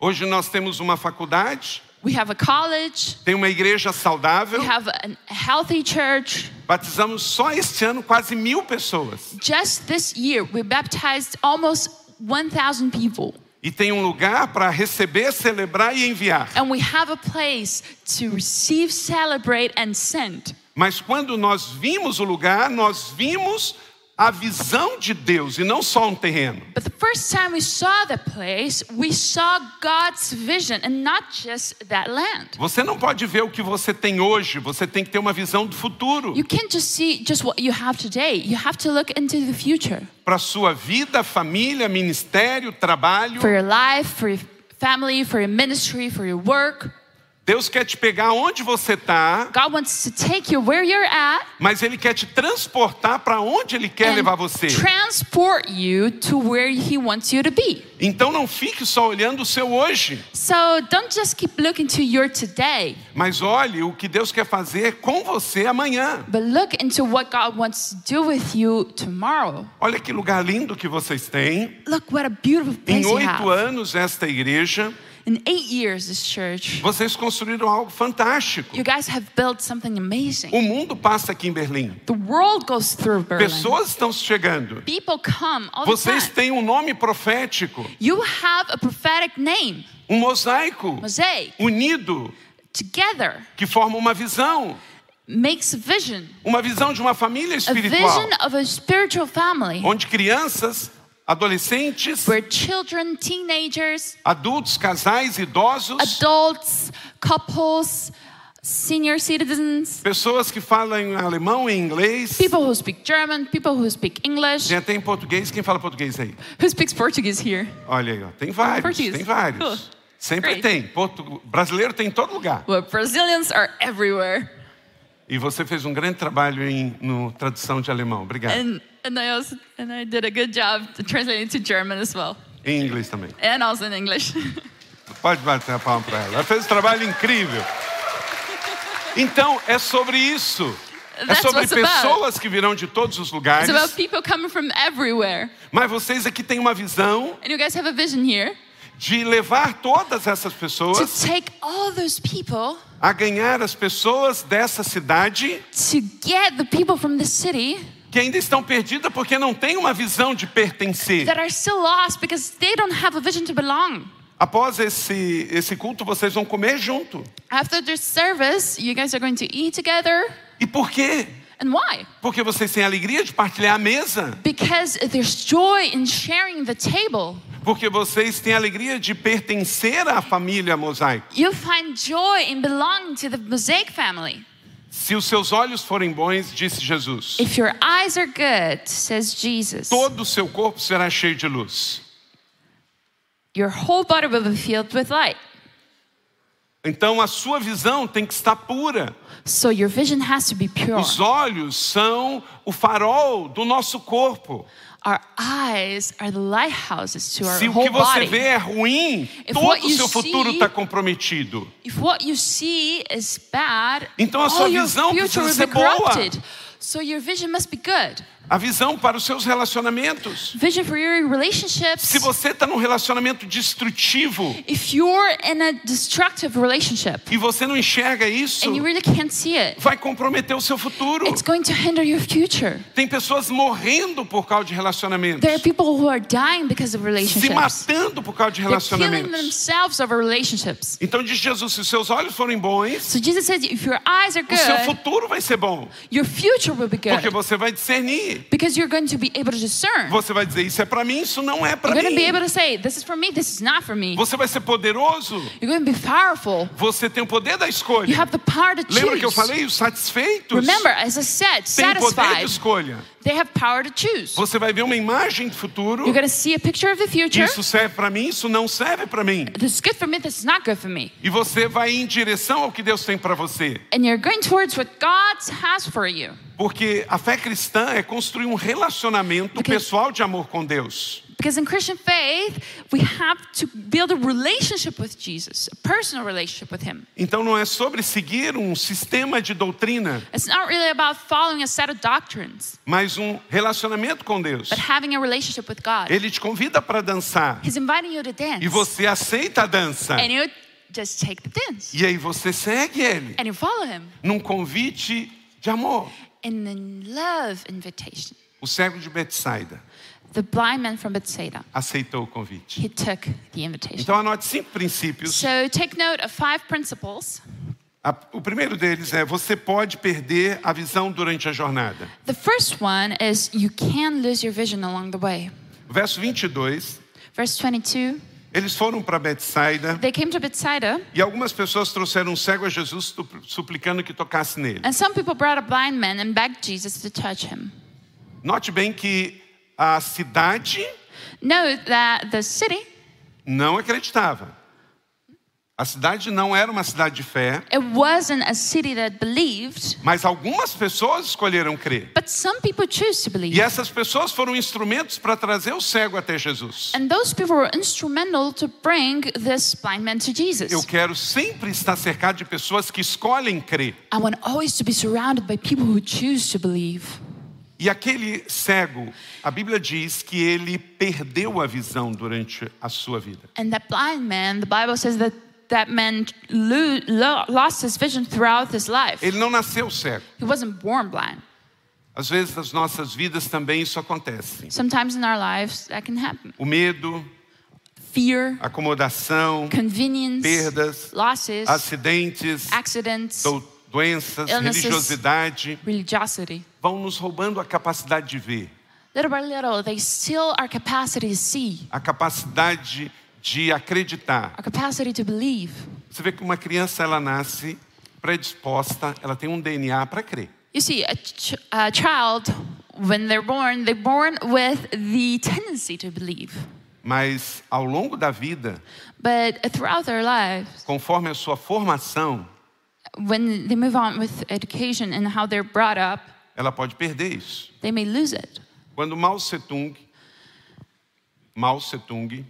Hoje nós temos uma faculdade,
We have a college.
tem uma igreja saudável.
We have a healthy church.
Batizamos só este ano quase mil pessoas.
Just this year, we baptized almost 1,000 people.
E tem um lugar para receber, celebrar e enviar.
And we have a place to receive, celebrate, and send.
Mas quando nós vimos o lugar, nós vimos a visão de Deus e não só um terreno.
But the first time we saw the place, we saw God's vision and not just that land.
Você não pode ver o que você tem hoje, você tem que ter uma visão do futuro
You can't just see just what you have today. You have to look into the future
para sua vida, família, ministério, trabalho.
for your life, for your family, for your ministry, for your work.
Deus quer te pegar onde você está,
God wants to take you where you're at
mas ele quer te transportar para onde ele quer
and
levar você.
transport you to where he wants you to be.
Então não fique só olhando o seu hoje,
So don't just keep looking to your today,
mas olhe o que Deus quer fazer com você amanhã.
but look into what God wants to do with you tomorrow.
Olha que lugar lindo que vocês têm.
Look what a beautiful
Em
place you
oito
have.
anos, esta igreja,
In eight years, this church,
vocês construíram algo fantástico.
you guys have built something
O
amazing.
mundo passa aqui em Berlim.
The world goes through Berlin.
Pessoas estão chegando.
People come all the
Vocês
time.
têm um nome profético,
You have a prophetic name,
um mosaico
mosaic,
unido
together
que forma uma visão,
makes a vision,
uma visão de uma família
a
espiritual,
vision of a spiritual family
onde crianças, adolescentes,
where children, teenagers,
adultos, casais, idosos
adults, couples, senior citizens,
Pessoas que falam em alemão e inglês.
people who speak German, people who speak English,
Tem até em português. Quem fala português aí?
who speaks Portuguese here.
Olha aí, ó. tem vários.
Português.
Tem vários.
Cool.
Sempre
Great.
tem. Portu- Brasileiro tem em todo lugar.
Well, Brazilians are everywhere.
E você fez um grande trabalho em no tradução de alemão. Obrigado.
And and I also and I did a good job to translating to German as well.
Em inglês também.
And also in English.
Pode bater a palma para ela. Ela fez um trabalho incrível. Então, é sobre isso. É
That's
sobre
what's about.
pessoas que virão de todos os lugares.
it's about people coming from everywhere.
Mas vocês aqui têm uma visão
And you guys have a vision here
de levar todas essas
to
pessoas
take all those people
a ganhar as pessoas dessa cidade
to get the people from the city
que ainda estão perdidas porque não têm uma visão de pertencer.
that are still lost because they don't have a vision to belong.
Após esse, esse culto, vocês vão comer junto.
After this service, you guys are going to eat together.
E por quê?
And why?
Porque vocês têm a alegria de partilhar a mesa.
Because there's joy in sharing the table.
Porque vocês têm a alegria de pertencer à família mosaico.
You find joy in belonging to the Mosaic family.
Se os seus olhos forem bons, disse Jesus,
If your eyes are good, says Jesus,
todo o seu corpo será cheio de luz.
your whole body will be filled with light.
Então a sua visão tem que estar pura.
So your vision has to be pure.
Os olhos são o farol do nosso corpo.
Our eyes are the lighthouses to our
Se o
whole
que você vê
body.
é ruim,
If what
todo o
you
seu futuro
see-
está comprometido.
If what you see is bad,
Então a sua
all your
visão
future
precisa
will
ser
be
boa.
corrupted. So your vision must be good.
a visão para os seus relacionamentos.
Vision for your relationships.
Se você está num relacionamento destrutivo
if you're in a destructive relationship
e você não enxerga isso,
and you really can't see it,
vai comprometer o seu futuro.
it's going to hinder your future.
Tem pessoas morrendo por causa de relacionamentos,
There are people who are dying because of
se
relationships.
matando por causa de
They're killing
relacionamentos.
themselves over relationships.
Então diz Jesus: se os seus olhos forem bons,
So Jesus said, if your eyes are
o seu
good,
futuro vai ser bom,
your future will be
porque
good
você vai discernir.
because you're going to be able to discern.
Você vai dizer: isso é para mim, isso não é para
You're going to be
mim.
able to say, this is for me, this is not for me.
Você vai ser poderoso.
You're going to be powerful.
Você tem o poder da
You
escolha.
have the power to
Lembra que eu
choose.
falei? Os satisfeitos
Remember, as I said,
têm o poder de
satisfied,
escolha.
they have power to choose.
Você vai ver uma imagem do futuro.
You're going to see a picture of the future.
Isso serve para mim, isso não serve para mim.
This is good for me, this is not good for me.
E você vai em direção ao que Deus tem para você.
And you're going towards what God has for you.
Porque a fé cristã é construir um relacionamento
Porque-
pessoal de amor com Deus.
Because in Christian faith, we have to build a relationship with Jesus, a personal relationship with Him.
Então não é sobre seguir um sistema de doutrina,
It's not really about following a set of doctrines,
mas um relacionamento com Deus.
but having a relationship with God.
Ele te convida para dançar
He's inviting you to dance.
e você aceita a dança.
And you just take the dance.
E aí você segue ele
And you follow Him
num convite de amor.
in the love invitation.
O cego de Betsaida
The blind man from Bethsaida,
aceitou o convite.
he took the invitation.
Então anote cinco princípios.
So take note of five principles.
A- O primeiro deles é você pode perder a visão durante a jornada.
The first one is you can lose your vision along the way.
Verso 22,
Verse 22
eles foram para Betsaida
They came to Bethsaida,
e algumas pessoas trouxeram um cego a Jesus tu- suplicando que tocasse nele.
and some people brought a blind man and begged Jesus to touch him.
Note bem que a cidade
Note that the city,
não acreditava. A cidade não era uma cidade de fé,
it wasn't a city that believed,
mas algumas pessoas escolheram crer.
but some people choose to believe.
E essas pessoas foram instrumentos para trazer o cego até Jesus.
And those people were instrumental to bring this blind man to Jesus.
Eu quero sempre estar cercado de pessoas que escolhem crer.
I want always to be surrounded by people who choose to believe.
E aquele cego, a Bíblia diz que ele perdeu a visão durante a sua vida.
And that blind man, the Bible says that that man lo- lo- lost his vision throughout his life.
Ele não nasceu cego.
He wasn't born blind.
Às vezes nas nossas vidas também isso acontece.
Sometimes in our lives that can happen.
O medo,
Fear,
acomodação,
convenience,
perdas,
losses,
acidentes,
accidents,
do- doenças,
Illnesses.
religiosidade
religiosity.
vão nos roubando a capacidade de ver,
Little by little, they steal our capacity to see,
a capacidade de acreditar.
our capacity to believe.
Você vê que uma criança ela nasce predisposta, ela tem um DNA para crer.
You see, a, ch- a child, when they're born, they're born with the tendency to believe.
Mas ao longo da vida,
But throughout their lives,
conforme a sua formação,
when they move on with education and how they're brought up,
ela pode perder isso.
they may lose it.
Quando Mao Tse-tung, Mao Tse-tung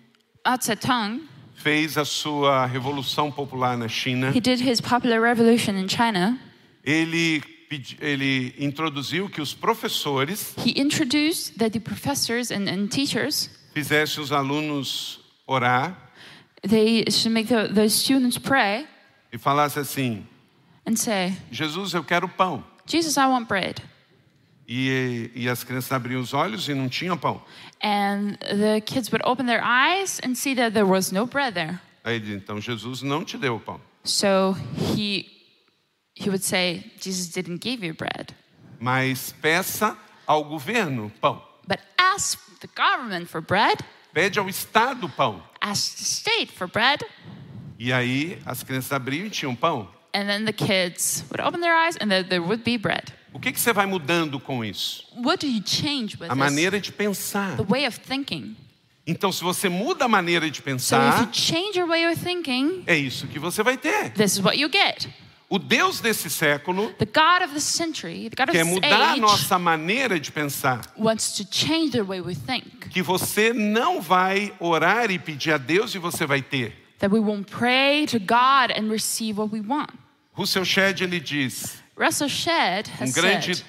Mao Zedong,
fez a sua revolução popular na China,
he did his popular revolution in China.
ele, pedi- ele introduziu que os professores
He introduced that the professors and, and teachers
fizessem os alunos orar
they should make the, the students pray
e falassem assim:
and say,
Jesus, eu quero pão.
Jesus, I want bread.
E, e as crianças abriam os olhos e não tinham pão.
And the kids would open their eyes and see that there was no bread there.
Aí ele, então Jesus não te deu o pão.
So he, he would say, Jesus didn't give you bread,
Mas peça ao governo pão.
but ask the government for bread,
Pede ao Estado pão.
ask the state for bread.
E aí as crianças abriam e tinham pão.
And then the kids would open their eyes and there, there would be bread.
O que, que você vai mudando com isso?
What do you change with
A
this?
maneira de pensar.
The way of thinking.
Então, se você muda a maneira de
So if
pensar,
you change your way of thinking,
é isso que você vai ter.
this is what you get.
O Deus desse século
The God of the century, the God of
quer
this
mudar a
age,
nossa maneira de pensar.
wants to change the way we think.
Que você não vai orar e pedir a Deus e você vai ter.
That we won't pray to God and receive what we want.
Russell Shedd ele diz,
Russell Shedd
um
has
grande
said,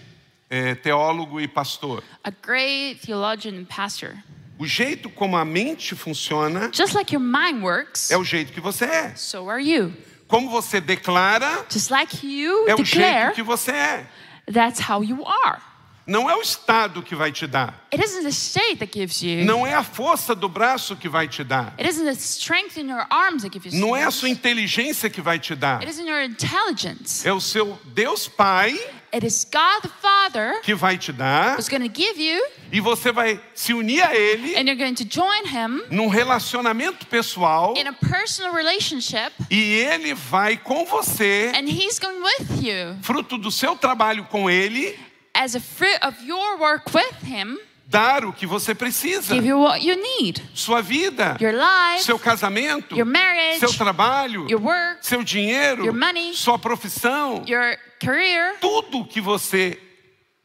eh, teólogo e pastor.
a great theologian and pastor.
O jeito como a mente funciona
Just like your mind works,
é o jeito que você é.
so are you.
Como você declara
Just like you
é o
declare,
jeito que você é.
that's how you are.
Não é o estado que vai te dar.
It isn't the state that gives you.
Não é a força do braço que vai te dar.
It isn't the strength in your arms that gives you
Não é a
strength.
sua inteligência que vai te dar.
It isn't your intelligence.
É o seu Deus Pai
It is God the Father
que vai te dar
who's going to give you,
e você vai se unir a Ele
and you're going to join Him
num relacionamento pessoal
in a personal relationship,
e Ele vai com você,
and He's going with you
fruto do seu trabalho com Ele,
as a fruit of your work with Him,
dar o que você precisa.
give you what you need
Sua vida,
your life,
seu casamento,
your marriage,
seu trabalho,
your work,
seu dinheiro,
your money,
sua profissão,
your career,
tudo que você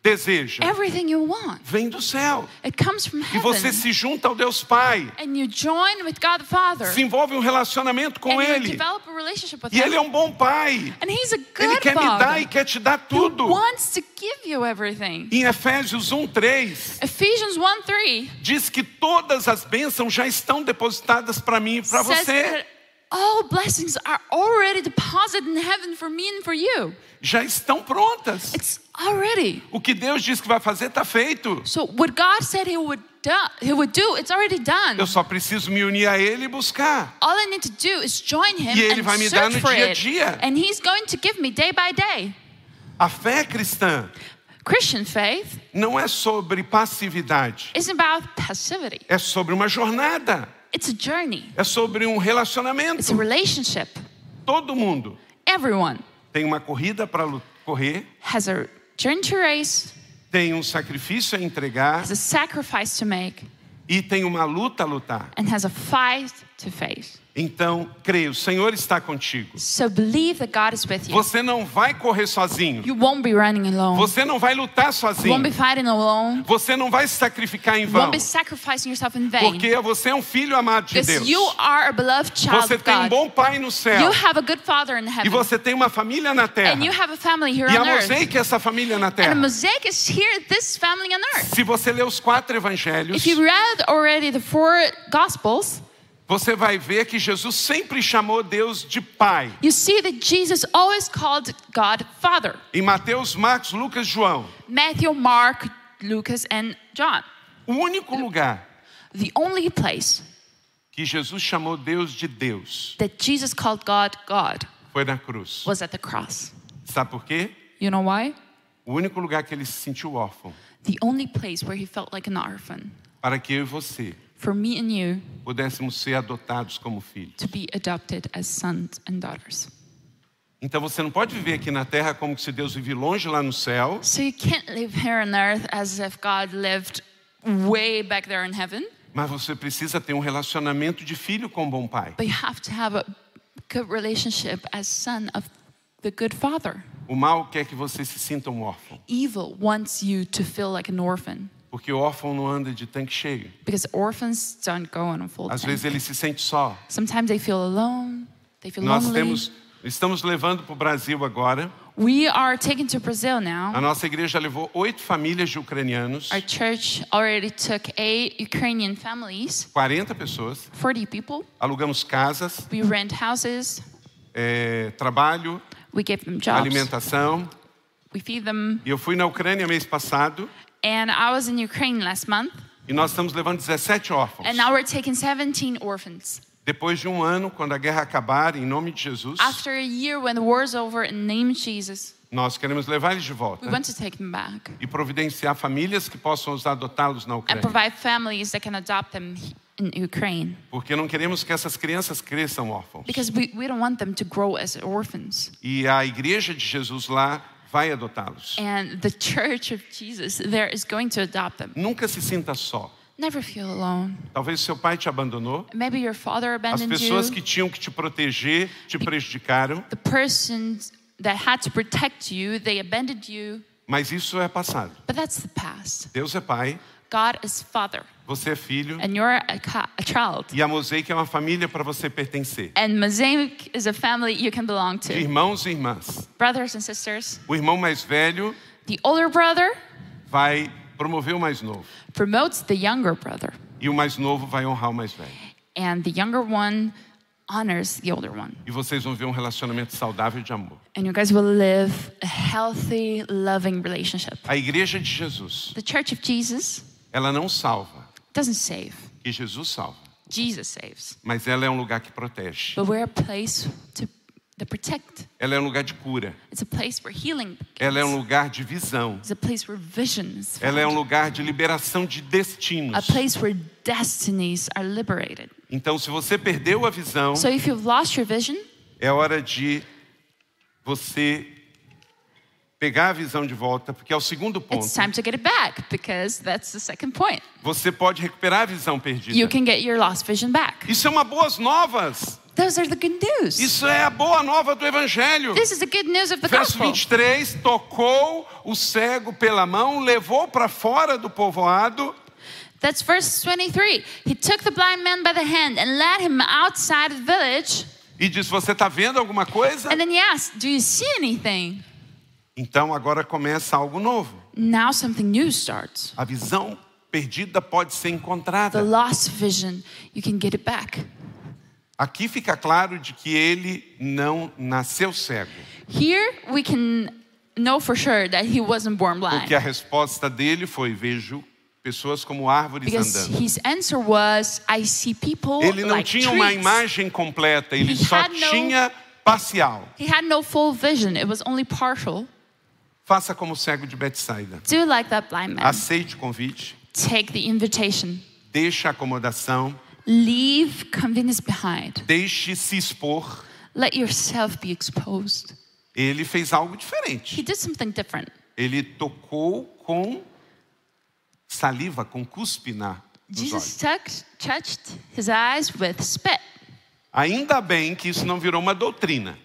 deseja
everything you want.
vem do céu.
It comes from
E você
É heaven,
se junta ao Deus Pai.
and you join with God the Father,
se envolve em um relacionamento com
and you
Ele.
develop a relationship with
E Ele é
Him,
um bom pai.
and He's a
Ele
good
quer me dar e
Father.
quer te dar
He
tudo.
wants to give you everything.
Em Efésios 1:3
Ephesians 1 3
diz que todas as bênçãos já estão depositadas para mim e para
says
você.
that all blessings are already deposited in heaven for me and for you.
Já estão prontas.
It's already.
O que Deus diz que vai fazer está feito.
So what God said He would do, He would do, it's already done.
Eu só preciso me unir a Ele e buscar.
All I need to do is join Him
E ele
and
vai me dar
search
no
for
dia a
it,
dia.
and He's going to give me day by day.
A fé cristã
Christian faith
não é sobre passividade.
isn't about passivity.
É sobre uma jornada.
It's a journey.
É sobre um
It's
relacionamento.
a relationship.
Todo mundo
Everyone
tem uma corrida para correr.
has a journey to race,
tem um sacrifício a entregar
has a sacrifice to make,
e tem uma luta a lutar.
and has a fight to face.
Então, creio, o Senhor está contigo.
So believe that God is with you.
Você não vai correr sozinho.
You won't be running alone.
Você não vai lutar
You won't
sozinho.
be fighting alone.
Você não vai se sacrificar em
You
vão.
won't be sacrificing yourself in vain.
Porque você é um filho amado de Deus.
Because you are a beloved child
Você
of
tem um
God.
bom pai no
You
céu.
have a good father in
E
heaven.
você tem uma família na terra.
And you have a family here
E a
on earth.
mosaica é essa família na
And a
terra.
mosaic is here, this family on earth.
Se você ler os quatro evangelhos,
If you read already the four gospels,
você vai ver que Jesus sempre chamou Deus de pai.
you see that Jesus always called God Father.
Em Mateus, Marcos, Lucas, João.
Matthew, Mark, Lucas, and John.
O único lugar
The only place
que Jesus chamou Deus de Deus
that Jesus called God God
foi na cruz.
was at the cross.
Sabe por quê?
You know why?
O único lugar que ele se sentiu órfão,
the only place where he felt like an orphan
para que eu e você
for me and you
pudéssemos ser adotados como filhos.
to be adopted as sons and daughters.
Então você não pode viver aqui na terra como se Deus vive longe lá no céu
So you can't live here on earth as if God lived way back there in heaven,
Mas você precisa ter um relacionamento de filho com o bom pai.
but you have to have a good relationship as son of the good father.
O mal quer que você se sinta um órfão,
Evil wants you to feel like an orphan
porque o órfão não anda de tanque cheio.
because orphans don't go on a full
Às
tank.
vezes ele se sente só.
Sometimes they feel alone, they feel
Nós
lonely.
temos, estamos levando para o Brasil agora.
We are taken to Brazil now.
A nossa igreja levou oito famílias de ucranianos,
Our church already took eight Ukrainian families,
40 pessoas.
40 people.
Alugamos casas,
We rent houses,
é, trabalho,
we give them jobs,
alimentação.
we feed them.
E eu fui na Ucrânia mês passado
And I was in Ukraine last month,
e nós estamos levando 17 órfãos.
and now we're taking 17 orphans.
Depois de um ano, quando a guerra acabar, em nome de Jesus,
After a year, when the war's over, in the name of Jesus,
nós queremos levar eles de
we
volta
want to take them back
e providenciar famílias que possam os adotá-los na
and
Ucrânia.
provide families that can adopt them he- in Ukraine
Porque não queremos que essas crianças cresçam órfãos.
because we, we don't want them to grow as orphans.
E a igreja de Jesus lá vai adotá-los.
And the church of Jesus there is going to adopt them.
Nunca se sinta só.
Never feel alone.
Talvez seu pai te abandonou,
Maybe your father
as
abandoned you.
pessoas que tinham que te proteger te prejudicaram,
the persons that had to protect you, they abandoned you.
mas isso é passado.
But that's the past.
Deus é pai,
God is father,
você é filho,
and you're a, ca- a child.
E a Mosaic é uma família para você pertencer.
And Mosaic is a family you can belong
De
to.
irmãos e irmãs.
Brothers and sisters,
O irmão mais velho
the older brother
vai promover o mais novo.
promotes the younger brother,
E o mais novo vai honrar o mais velho.
and the younger one honors the older one.
E vocês vão ver um relacionamento saudável de amor.
And you guys will live a healthy, loving relationship.
A igreja de Jesus,
The church of Jesus
ela não salva,
doesn't save,
que Jesus salva,
Jesus saves.
mas ela é um lugar que protege.
But we're a place to, to protect.
Ela é um lugar de cura.
It's a place where healing begins.
Ela é um lugar de visão.
It's a place where visions.
Ela é um lugar de liberação de
A
destinos.
place where destinies are liberated.
Então, se você perdeu a visão,
So if you've lost your vision,
é hora de você pegar a visão de volta, porque é o segundo ponto.
it's time to get it back because that's the second point.
Você pode recuperar a visão perdida.
You can get your lost vision back.
Isso é uma boas novas.
Those are the good news.
Isso é a boa nova do evangelho.
This is the good news of the
Verso
gospel.
23, tocou o cego pela mão, levou para fora do povoado
That's verse 23. He took the blind man by the hand and led him outside the village.
e disse: "Você está vendo alguma coisa?"
And then he asked, Do you see anything?
Então agora começa algo novo.
Now something new starts.
A visão perdida pode ser
The
encontrada.
lost vision, you can get it back.
Aqui fica claro de que ele não nasceu cego,
Here we can know for sure that he wasn't born blind.
porque a resposta dele foi: "Vejo pessoas como árvores
Because
andando."
his answer was, I see people
Ele não
like
tinha uma
trees."
imagem completa, ele
He
só
had no-
tinha parcial.
He had no full vision. It was only partial.
Faça como o cego de Betsaida.
Do like that blind man.
Aceite o convite,
Take the invitation.
deixa a acomodação,
Leave convenience behind.
deixe se expor.
Let yourself be exposed.
Ele fez algo
He
diferente.
did something different.
Ele tocou com saliva, com cuspe na nos
Jesus
olhos.
touched, touched his eyes with spit.
Ainda bem que isso não virou uma doutrina.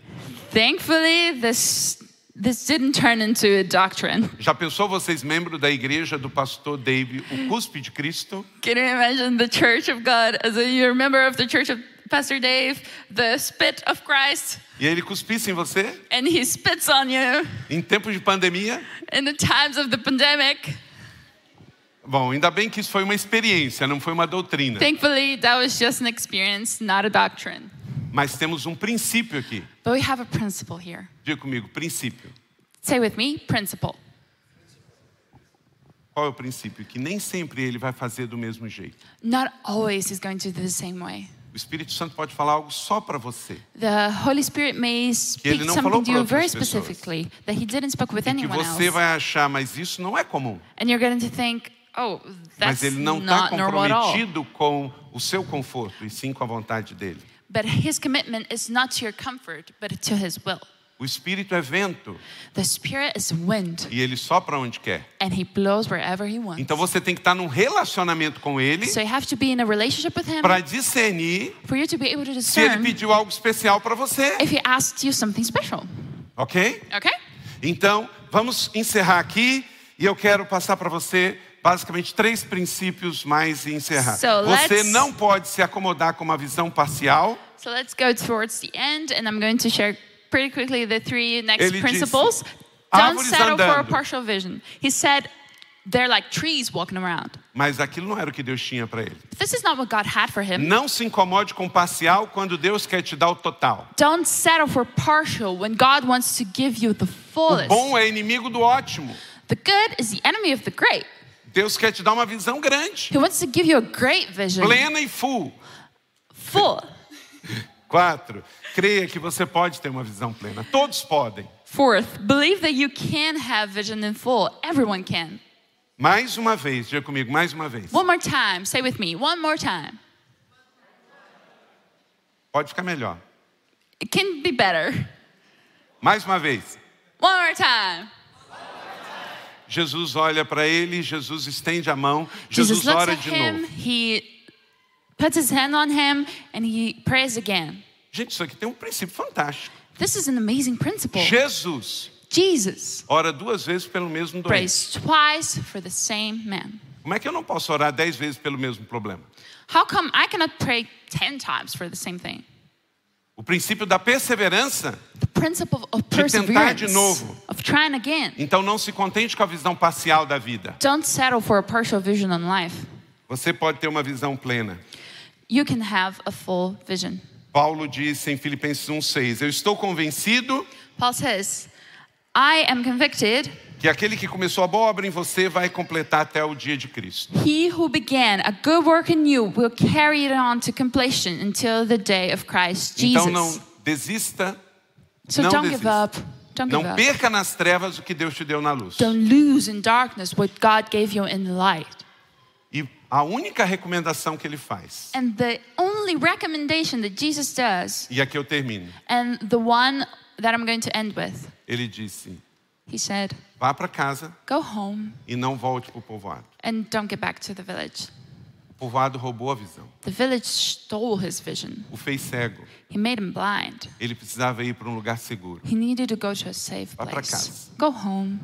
Thankfully, this, this didn't turn into a doctrine.
Já pensou vocês, membro da igreja do pastor Dave, o cuspe de Cristo?
Can you imagine the church of God as a, you're a member of the church of Pastor Dave, the spit of Christ,
E ele cuspisse em você?
and he spits on you
Em tempos de pandemia?
in the times of the pandemic?
Bom, ainda bem que isso foi uma experiência, não foi uma doutrina.
Thankfully, that was just an experience, not a doctrine.
Mas temos um princípio aqui.
But we have a principle here.
Diga comigo, princípio.
Say with me principle.
Qual é o princípio? Que nem sempre ele vai fazer do mesmo jeito.
Not always is going to do the same way.
O Espírito Santo pode falar algo só para você.
The Holy Spirit may speak
ele não falou
something to
pra
you very
outras pessoas. E
specifically that he didn't speak with
Que
anyone
você
else.
vai achar, mas isso não é comum.
And you're going to think, oh,
Mas
that's
ele não está
not normal at all.
comprometido com o seu conforto, e sim com a vontade dele.
But his commitment is not to your comfort, but to his will.
O Espírito é vento
The Spirit is wind,
e ele sopra onde quer.
and he blows wherever he wants.
Então você tem que estar num relacionamento com ele
so you have to be in a relationship with him
para discernir
for you to be able to
se ele
discern
pediu algo especial para você,
if he asked you something special.
ok?
Okay?
Então, vamos encerrar aqui e eu quero passar para você basicamente três princípios mais e encerrar.
So,
você
let's-
não pode se acomodar com uma visão parcial.
So let's go towards the end, and I'm going to share pretty quickly the three next
Ele disse,
principles. Don't
"Árvores
settle for a
andando."
partial vision. He said, they're like trees walking around.
Mas aquilo não era o que Deus tinha para ele.
But this is not what God had for him.
Não se incomode com parcial quando Deus quer te dar o total.
Don't settle for partial when God wants to give you the
O
fullest.
bom é inimigo do ótimo.
The good is the enemy of the great.
Deus quer te dar uma visão grande,
He wants to give you a great vision,
plena e full.
full.
Quatro, creia que você pode ter uma visão plena. Todos podem.
Fourth, believe that you can have vision in full. Everyone can.
Mais uma vez, diga comigo, mais uma vez.
One more time. Say with me. One more time.
Pode ficar melhor.
It can be better.
Mais uma vez.
One more time.
Jesus olha para ele, Jesus estende a mão, Jesus
Jesus looks
ora
at
de
him,
novo.
he puts his hand on him, and he prays again.
Gente, isso aqui tem um princípio fantástico.
This is an amazing principle.
Jesus
Jesus
ora duas vezes pelo mesmo doente.
prays twice for the same man.
Como é que eu não posso orar dez vezes pelo mesmo problema?
How come I cannot pray 10 times for the same thing?
O princípio da perseverança
The principle of
De tentar de
perseverance,
novo.
of trying again.
Então não se contente com a visão parcial da vida.
Don't settle for a partial vision on life.
Você pode ter uma visão plena.
You can have a full vision.
Paulo disse em Filipenses 1:6, eu estou convencido
Paul says, I am convicted
que aquele que começou a boa obra em você vai completar até o dia de Cristo.
He who began a good work in you will carry it on to completion until the day of Christ Jesus.
Então não desista,
so
não
don't
desista.
give up. Don't give
não
up.
perca nas trevas o que Deus te deu na luz.
Don't lose in darkness what God gave you in the light.
E a única recomendação que ele faz,
And the only recommendation that Jesus does,
e aqui eu termino,
and the one that I'm going to end with,
ele disse:
he said,
vá para casa
Go home
e não volte para o povoado.
and don't get back to the village.
O povoado roubou a visão,
The village stole his vision,
o fez cego.
he made him blind.
Ele precisava ir para um lugar seguro.
He needed to go to a safe
Vá pra
place.
casa.
Go home.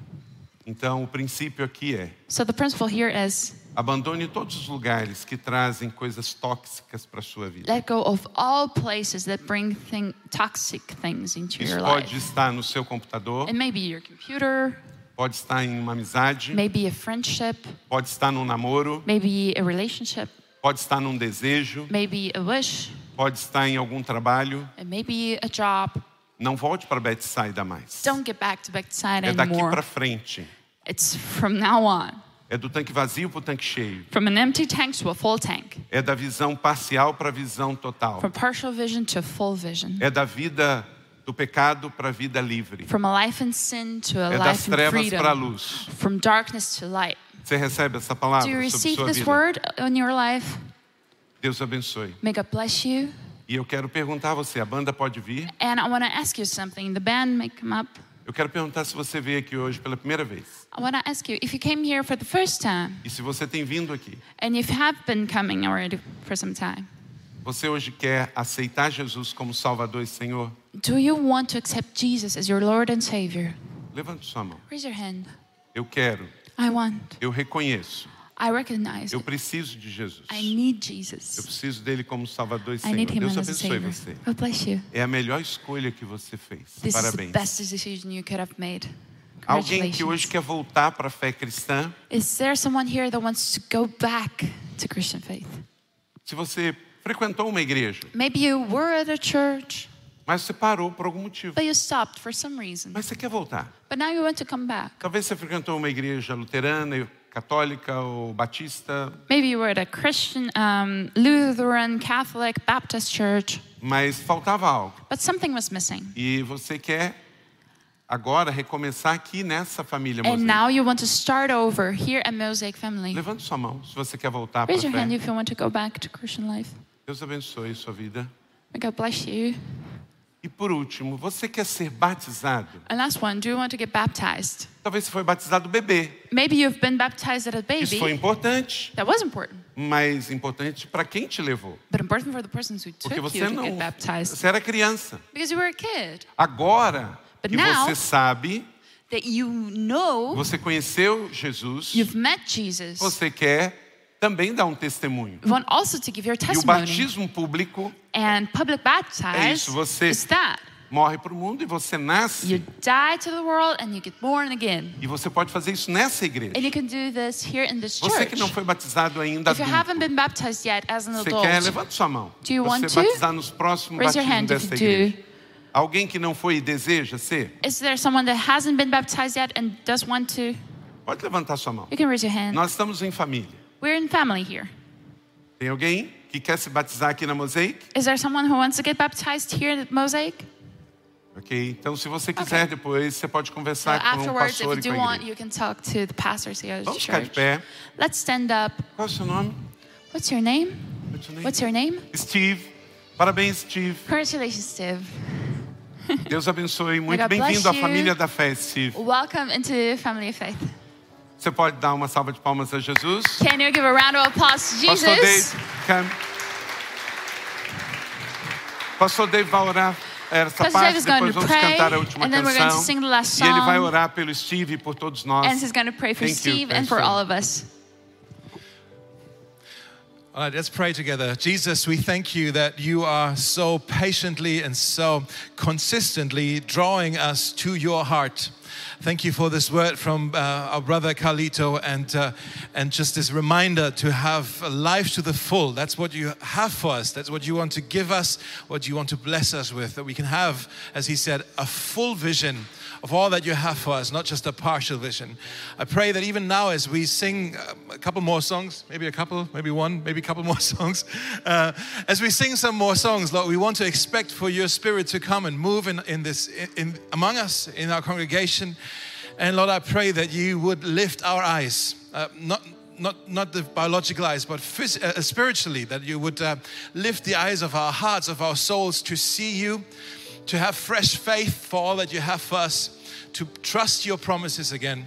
Então, o princípio aqui é:
So the principle here is
abandone todos os lugares que trazem coisas tóxicas para sua vida.
let go of all places that bring thing, toxic things into
Isso
your
pode
life.
estar no seu computador,
It may be your computer,
pode estar em uma amizade,
maybe a friendship,
pode estar num namoro,
maybe a relationship,
pode estar num desejo,
maybe a wish,
pode estar em algum trabalho.
and maybe a job.
Não volte para Betsaida mais.
Don't get back to backside
É daqui
anymore.
para frente.
It's from now on.
É do tanque vazio para o tanque cheio.
From an empty tank to a full tank.
É da visão parcial para a visão total.
From partial vision to full vision.
É da vida do pecado para a vida livre.
From a life in sin to a
É das
life in
trevas para a
freedom.
luz.
From darkness to light.
Você recebe essa palavra
Do
sobre
you receive
Ah, sua
this
vida?
word in your life?
Deus abençoe.
May God bless you.
E eu quero perguntar a você, a banda pode vir?
And I want to ask you something. The band may come up.
Eu quero perguntar se você veio aqui hoje pela primeira vez.
I want to ask you if you came here for the first time
E se você tem vindo aqui,
and if you have been coming already for some time,
você hoje quer aceitar Jesus como Salvador e Senhor?
do you want to accept Jesus as your Lord and Savior?
Levante sua mão.
Raise your hand.
Eu quero,
I want.
eu reconheço,
I recognize.
eu
it.
preciso de Jesus.
I need
Eu
Jesus.
preciso dele como Salvador e
I
Senhor.
need Him
Deus
as a
abençoe
Savior.
você.
God bless you.
É a melhor escolha que você fez.
This is the
Parabéns.
best decision you could have made.
Alguém que hoje
Congratulations.
quer voltar para a fé cristã,
Is there someone here that wants to go back to Christian faith?
se você frequentou uma igreja,
Maybe you were at a church,
mas você parou por algum motivo,
but you stopped for some reason.
mas você quer voltar.
But now you want to come back.
Talvez você frequentou uma igreja luterana, católica ou batista,
Maybe you were at a Christian, um, Lutheran, Catholic, Baptist church,
mas faltava algo.
but something was missing.
E você quer agora recomeçar aqui nessa família
And
mosaico.
now you want to start over here at Mosaic Family.
Levante sua mão se você quer voltar para a
Raise your hand
fé.
if you want to go back to Christian life.
Deus abençoe sua vida.
May God bless you.
E por último, você quer ser batizado?
And last one, do you want to get baptized?
Talvez você foi batizado bebê.
Maybe you've been baptized as a
Isso foi
baby.
importante,
That was important,
mas importante para quem te levou.
but important for the persons who took
Porque
you
você
to
não.
get baptized
Você era criança.
because you were a kid.
Agora
But
que
now-
você sabe,
That you know
você conheceu Jesus,
you've met Jesus.
você quer também dar um testemunho.
You want also to give your
E o
testimony.
batismo público
And public
É
baptize
isso, você-
is that.
morre para o mundo e você
You
nasce.
die to the world and you get born again.
E você pode fazer isso nessa igreja.
And you can do this here in this
Você
é church.
que não foi batizado ainda,
if you haven't
adulto,
been baptized yet as an
você quer,
adult,
levanta sua mão.
Do you
você
want to?
batizar nos próximos
Raise your
batismos
hand if
dessa
you do.
igreja. Alguém que não foi e deseja ser,
Is there someone that hasn't been baptized yet and does want to?
pode levantar sua mão.
You can raise your hand.
Nós estamos em família.
We're in family here.
Tem alguém que quer se batizar aqui na Mosaic?
Is there someone who wants to get baptized here at Mosaic?
Ok, então se você quiser depois, você pode
So
conversar com o
afterwards, if
pastor
you
e com
do
a
want,
igreja.
you can talk to the pastors here at the
Vamos ficar de
church.
pé.
Let's stand up.
Qual é o seu nome?
What's your name?
What's your name?
What's your name?
Steve. Parabéns, Steve.
Congratulations, Steve.
Deus abençoe. Muito
God bless
bem-vindo à
you.
família da fé, Steve.
Welcome into Family of Faith.
Você pode dar uma salva de palmas a Jesus?
Can you give a round of applause to
Pastor
Jesus?
Dave, come. Pastor Dave vai orar eh, essa
Pastor Dave
parte,
is going
depois
to
vamos
pray,
cantar a última
and then we're going to
canção.
sing the last
E ele
song.
vai orar pelo Steve e por todos nós.
And he's going to pray for
Thank you,
Steve and for
Pastor.
all of us.
All right, let's pray together. Jesus, we thank you that you are so patiently and so consistently drawing us to your heart. Thank you for this word from uh, our brother Carlito and, uh, and just this reminder to have a life to the full. That's what you have for us. That's what you want to give us, what you want to bless us with, that we can have, as he said, a full vision of all that you have for us, not just a partial vision. I pray that even now, as we sing uh, a couple more songs, maybe a couple, maybe one, maybe a couple more songs, uh, as we sing some more songs, Lord, we want to expect for your spirit to come and move in, in this, in, in- among us, in our congregation. And Lord, I pray that you would lift our eyes, uh, not not, not the biological eyes, but phys- uh, spiritually, that you would uh, lift the eyes of our hearts, of our souls to see you, to have fresh faith for all that you have for us, to trust your promises again.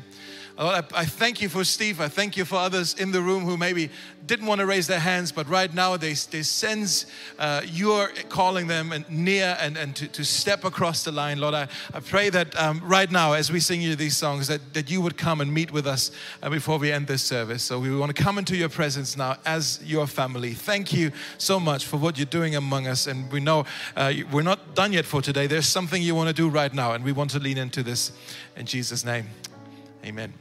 Lord, I, I thank you for Steve. I thank you for others in the room who maybe didn't want to raise their hands, but right now they, they sense uh, you're calling them and near and, and to, to step across the line. Lord, I, I pray that um, right now, as we sing you these songs, that, that you would come and meet with us uh, before we end this service. So we want to come into your presence now as your family. Thank you so much for what you're doing among us. And we know uh, you- we're not done yet for today. There's something you want to do right now, and we want to lean into this in Jesus' name. Amen.